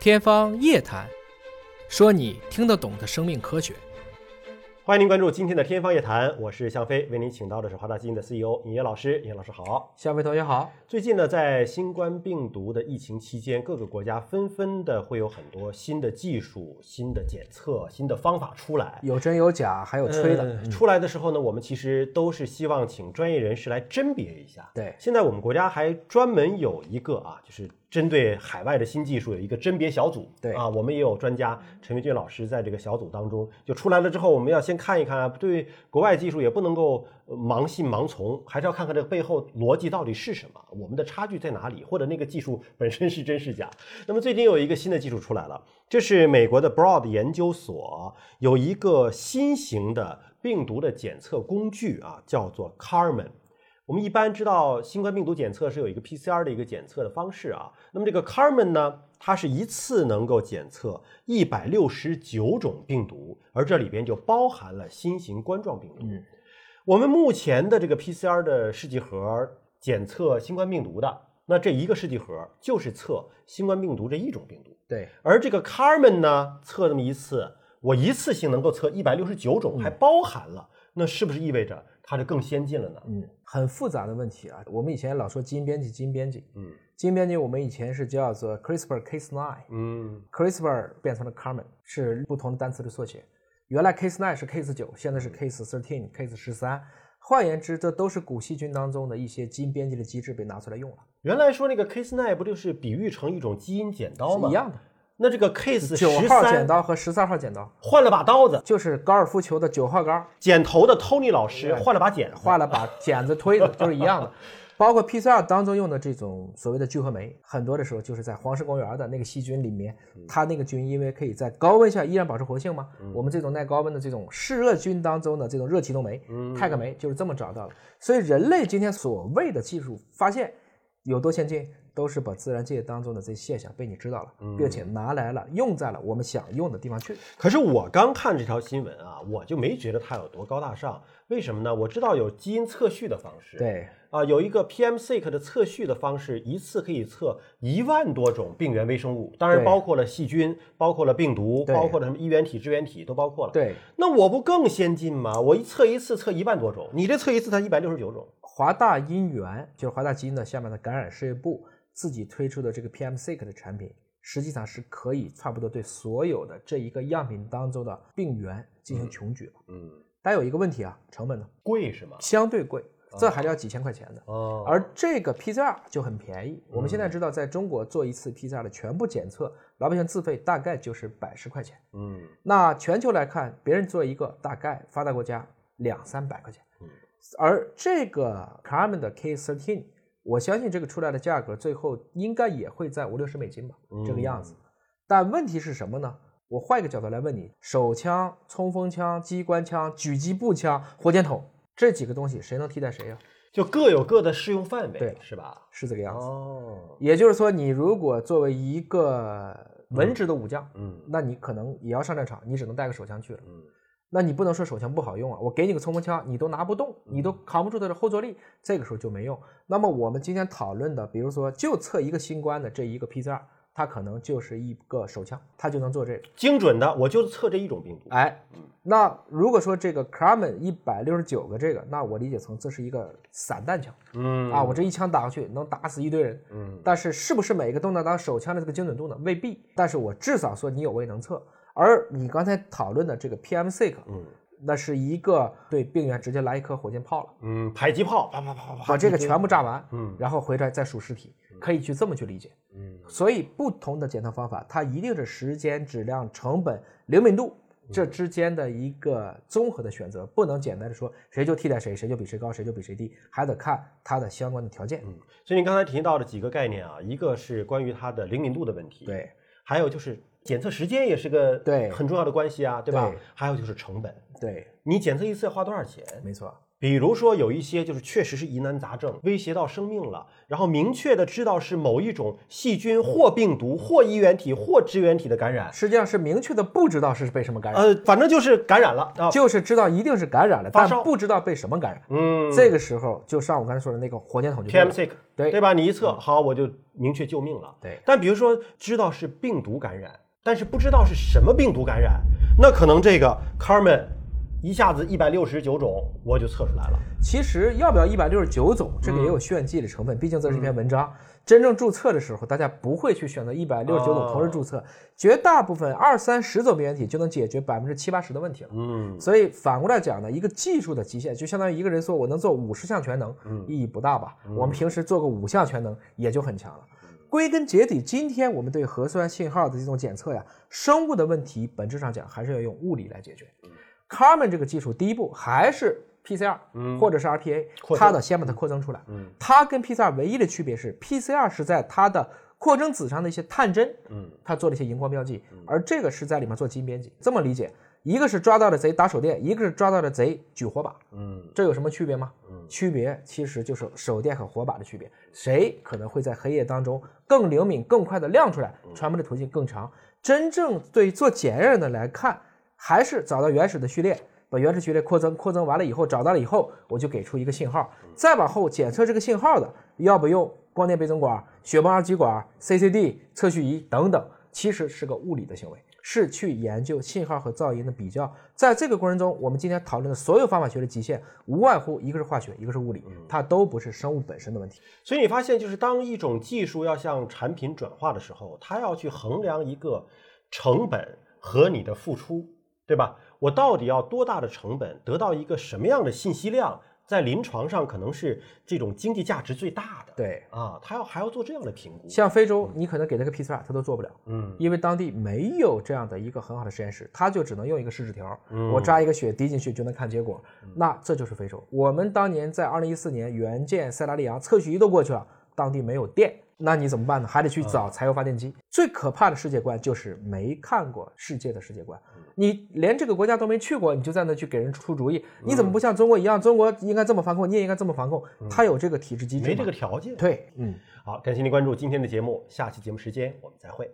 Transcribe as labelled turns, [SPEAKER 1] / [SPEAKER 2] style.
[SPEAKER 1] 天方夜谭，说你听得懂的生命科学。
[SPEAKER 2] 欢迎您关注今天的《天方夜谭》，我是向飞，为您请到的是华大基因的 CEO 尹烨老师。尹烨老师好，
[SPEAKER 3] 夏飞同学好。
[SPEAKER 2] 最近呢，在新冠病毒的疫情期间，各个国家纷纷的会有很多新的技术、新的检测、新的方法出来。
[SPEAKER 3] 有真有假，还有吹的。
[SPEAKER 2] 呃出来的时候呢，我们其实都是希望请专业人士来甄别一下。
[SPEAKER 3] 对
[SPEAKER 2] 现在我们国家还专门有一个啊，就是针对海外的新技术有一个甄别小组。
[SPEAKER 3] 对
[SPEAKER 2] 啊，我们也有专家陈维俊老师在这个小组当中，就出来了之后，我们要先看一看啊，对国外技术也不能够呃盲信盲从，还是要看看这个背后逻辑到底是什么，我们的差距在哪里，或者那个技术本身是真是假。 那么最近有一个新的技术出来了，这是美国的 Broad 研究所有一个新型的病毒的检测工具啊，叫做 Carmen。我们一般知道新冠病毒检测是有一个 PCR 的一个检测的方式啊。那么这个 Carmen 呢，它是一次能够检测一百六十九种病毒，而这里边就包含了新型冠状病毒。
[SPEAKER 3] 嗯
[SPEAKER 2] 我们目前的这个 PCR 的试剂盒检测新冠病毒的，那这一个试剂盒就是测新冠病毒这一种病毒。
[SPEAKER 3] 对，
[SPEAKER 2] 而这个 Carmen 呢，测那么一次，我一次性能够测一百六十九种，还包含了，那是不是意味着它就更先进了呢？
[SPEAKER 3] 嗯，很复杂的问题啊。我们以前老说基因编辑，基因编辑，
[SPEAKER 2] 嗯
[SPEAKER 3] 基因编辑，我们以前是叫做 CRISPR-Cas9。
[SPEAKER 2] 嗯
[SPEAKER 3] CRISPR 变成了 Carmen，是不同的单词的缩写。原来 Case nine 是 Case 九，现在是 Case thirteen、Case 十三。换言之，这都是古细菌当中的一些基因编辑的机制被拿出来用了，
[SPEAKER 2] 原来说那个 Case Nine 不就是比喻成一种基因剪刀吗？
[SPEAKER 3] 是一。样的。
[SPEAKER 2] 那这个 Case
[SPEAKER 3] 九
[SPEAKER 2] 十
[SPEAKER 3] 号剪
[SPEAKER 2] 三
[SPEAKER 3] 刀和十三号剪刀，
[SPEAKER 2] 换了把刀子，
[SPEAKER 3] 就是高尔夫球的九号杆儿
[SPEAKER 2] 剪头的 Tony 老师换了把剪子。
[SPEAKER 3] 换了把剪子推子，就是一样的。 包括 PCR 当中用的这种所谓的聚合酶，很多的时候就是在黄石公园的那个细菌里面，它那个菌因为可以在高温下依然保持活性嘛，我们这种耐高温的这种嗜热菌当中的这种热启动酶，泰克酶就是这么找到了。所以人类今天所谓的技术发现有多先进，都是把自然界当中的这些现象被你知道了，并且拿来了用在了我们想用的地方去。
[SPEAKER 2] 可是我刚看这条新闻啊，我就没觉得它有多高大上。为什么呢？我知道有基因测序的方式，
[SPEAKER 3] 对，
[SPEAKER 2] 啊，有一个 PM-Seq 的测序的方式，一次可以测一万多种病原微生物，当然
[SPEAKER 3] 对
[SPEAKER 2] 包括了细菌，包括了病毒，
[SPEAKER 3] 对
[SPEAKER 2] 包括了什么衣原体、支原体都包括了。，
[SPEAKER 3] 对。
[SPEAKER 2] 那我不更先进吗？我一测一次测一万多种，你这测一次才一百六十九种。
[SPEAKER 3] 华大因缘就是华大基因的下面的感染事业部自己推出的这个 PM-Seq 的产品，实际上是可以差不多对所有的这一个样品当中的病原进行穷举了。
[SPEAKER 2] 嗯，
[SPEAKER 3] 但有一个问题啊，成本呢
[SPEAKER 2] 贵是吗？
[SPEAKER 3] 相对贵，这还要几千块钱的。嗯
[SPEAKER 2] 哦，嗯
[SPEAKER 3] 而这个 PCR 就很便宜，我们现在知道，在中国做一次 PCR 的全部检测，老百姓自费大概就是百十块钱。
[SPEAKER 2] 嗯，
[SPEAKER 3] 那全球来看，别人做一个大概发达国家两三百块钱，
[SPEAKER 2] 嗯
[SPEAKER 3] 而这个 Carmen 的 K 1 3我相信这个出来的价格最后应该也会在五六十美金吧，
[SPEAKER 2] 嗯
[SPEAKER 3] 这个样子。但问题是什么呢？我换一个角度来问你，手枪、冲锋枪、机关枪、狙击步枪、火箭筒这几个东西，谁能替代谁呀、
[SPEAKER 2] 就各有各的适用范围，
[SPEAKER 3] 对
[SPEAKER 2] 是吧？
[SPEAKER 3] 是这个样子。
[SPEAKER 2] 哦，
[SPEAKER 3] 也就是说，你如果作为一个文职的武将，
[SPEAKER 2] 嗯
[SPEAKER 3] 那你可能也要上战场，你只能带个手枪去了。
[SPEAKER 2] 嗯
[SPEAKER 3] 那你不能说手枪不好用啊，我给你个冲锋枪，你都拿不动，你都扛不住它的后坐力，这个时候就没用。那么我们今天讨论的，比如说就测一个新冠的这一个 PCR，它可能就是一个手枪，它就能做这个。
[SPEAKER 2] 精准的，我就测这一种病毒。
[SPEAKER 3] 哎，那如果说这个 Kramen 一百六十九个这个，那我理解成这是一个散弹枪
[SPEAKER 2] 嗯
[SPEAKER 3] 啊，我这一枪打过去能打死一堆人。
[SPEAKER 2] 嗯
[SPEAKER 3] 但是是不是每个都能当手枪的这个精准度呢？未必。但是我至少说你有位能测。而你刚才讨论的这个 PM-Seq，
[SPEAKER 2] 嗯
[SPEAKER 3] 那是一个对病原直接来一颗火箭炮了，
[SPEAKER 2] 嗯，迫击炮，啪啪啪啪啪，
[SPEAKER 3] 把这个全部炸完，
[SPEAKER 2] 嗯
[SPEAKER 3] 然后回来再数尸体，可以去这么去理解。
[SPEAKER 2] 嗯
[SPEAKER 3] 所以不同的检测方法，它一定是时间、质量、成本、灵敏度
[SPEAKER 2] 嗯
[SPEAKER 3] 这之间的一个综合的选择，不能简单的说谁就替代谁，谁就比谁高，谁就比谁低，还得看它的相关的条件。
[SPEAKER 2] 嗯，所以您刚才提到的几个概念啊，一个是关于它的灵敏度的问题，，
[SPEAKER 3] 对，
[SPEAKER 2] 还有就是检测时间也是个
[SPEAKER 3] 对
[SPEAKER 2] 很重要的关系啊，对吧？
[SPEAKER 3] 对
[SPEAKER 2] 还有就是成本，
[SPEAKER 3] 对，
[SPEAKER 2] 你检测一次要花多少钱？
[SPEAKER 3] 没错。
[SPEAKER 2] 比如说有一些就是确实是疑难杂症，威胁到生命了，然后明确的知道是某一种细菌或病毒或衣原体或支原体的感染，
[SPEAKER 3] 实际上是明确的不知道是被什么感染，
[SPEAKER 2] 呃，反正就是感染了啊，
[SPEAKER 3] 就是知道一定是感染了，
[SPEAKER 2] 发
[SPEAKER 3] 但
[SPEAKER 2] 烧
[SPEAKER 3] 不知道被什么感染。
[SPEAKER 2] 嗯
[SPEAKER 3] 这个时候就上我刚才说的那个火箭筒就对
[SPEAKER 2] ，PM
[SPEAKER 3] 了
[SPEAKER 2] sick，
[SPEAKER 3] 对嗯
[SPEAKER 2] 对吧？你一测好，我就明确救命了。
[SPEAKER 3] 对
[SPEAKER 2] 但比如说知道是病毒感染，但是不知道是什么病毒感染，那可能这个 Carmen 一下子一百六十九种我就测出来了。
[SPEAKER 3] 其实要不要一百六十九种，这个也有炫技的成分，毕竟这是一篇文章。真正注册的时候，大家不会去选择一百六十九种
[SPEAKER 2] 哦
[SPEAKER 3] 同时注册，绝大部分二三十种病原体就能解决百分之七八十的问题了。
[SPEAKER 2] 嗯，
[SPEAKER 3] 所以反过来讲呢，一个技术的极限就相当于一个人说我能做五十项全能，
[SPEAKER 2] 嗯
[SPEAKER 3] 意义不大吧？我们平时做个五项全能也就很强了。
[SPEAKER 2] 嗯
[SPEAKER 3] 归根结底，今天我们对核酸信号的这种检测呀，生物的问题本质上讲还是要用物理来解决。Carmen
[SPEAKER 2] 嗯
[SPEAKER 3] 这个技术，第一步还是 PCR，、或者是 RPA，
[SPEAKER 2] 嗯扩嗯
[SPEAKER 3] 它的先把它扩增出来。它跟 PCR 唯一的区别是，PCR 是在它的扩增子上的一些探针，
[SPEAKER 2] 嗯，
[SPEAKER 3] 它做了一些荧光标记，而这个是在里面做基因编辑。这么理解，一个是抓到的贼打手电，一个是抓到的贼举火把，
[SPEAKER 2] 嗯，
[SPEAKER 3] 这有什么区别吗？区别其实就是手电和火把的区别，谁可能会在黑夜当中更灵敏、更快的亮出来，传播的途径更长。真正对于做检验的来看，还是找到原始的序列，把原始序列扩增，扩增完了以后找到了以后，我就给出一个信号。再往后检测这个信号的，要不用光电倍增管、血泵二极管、CCD 测序仪等等，其实是个物理的行为，是去研究信号和噪音的比较。在这个过程中，我们今天讨论的所有方法学的极限，无外乎一个是化学，一个是物理，它都不是生物本身的问题。
[SPEAKER 2] 所以你发现，嗯就是当一种技术要向产品转化的时候，它要去衡量一个成本和你的付出，对吧？我到底要多大的成本，得到一个什么样的信息量，在临床上可能是这种经济价值最大的。
[SPEAKER 3] 对，
[SPEAKER 2] 啊，它要还要做这样的评估。
[SPEAKER 3] 像非洲，你可能给它个 PCR，它都做不了。
[SPEAKER 2] 嗯
[SPEAKER 3] 因为当地没有这样的一个很好的实验室，他就只能用一个试纸条，
[SPEAKER 2] 嗯
[SPEAKER 3] 我扎一个血滴进去就能看结果。那这就是非洲。我们当年在二零一四年援建塞拉利昂，测序仪都过去了，当地没有电，那你怎么办呢？还得去找柴油发电机。最可怕的世界观就是没看过世界的世界观，你连这个国家都没去过，你就在那去给人出主意，你怎么不像中国一样？中国应该这么防控，你也应该这么防控，它有嗯这个体制机制吗，
[SPEAKER 2] 嗯没这个条件。
[SPEAKER 3] 对，嗯。
[SPEAKER 2] 好，感谢您关注今天的节目，下期节目时间我们再会。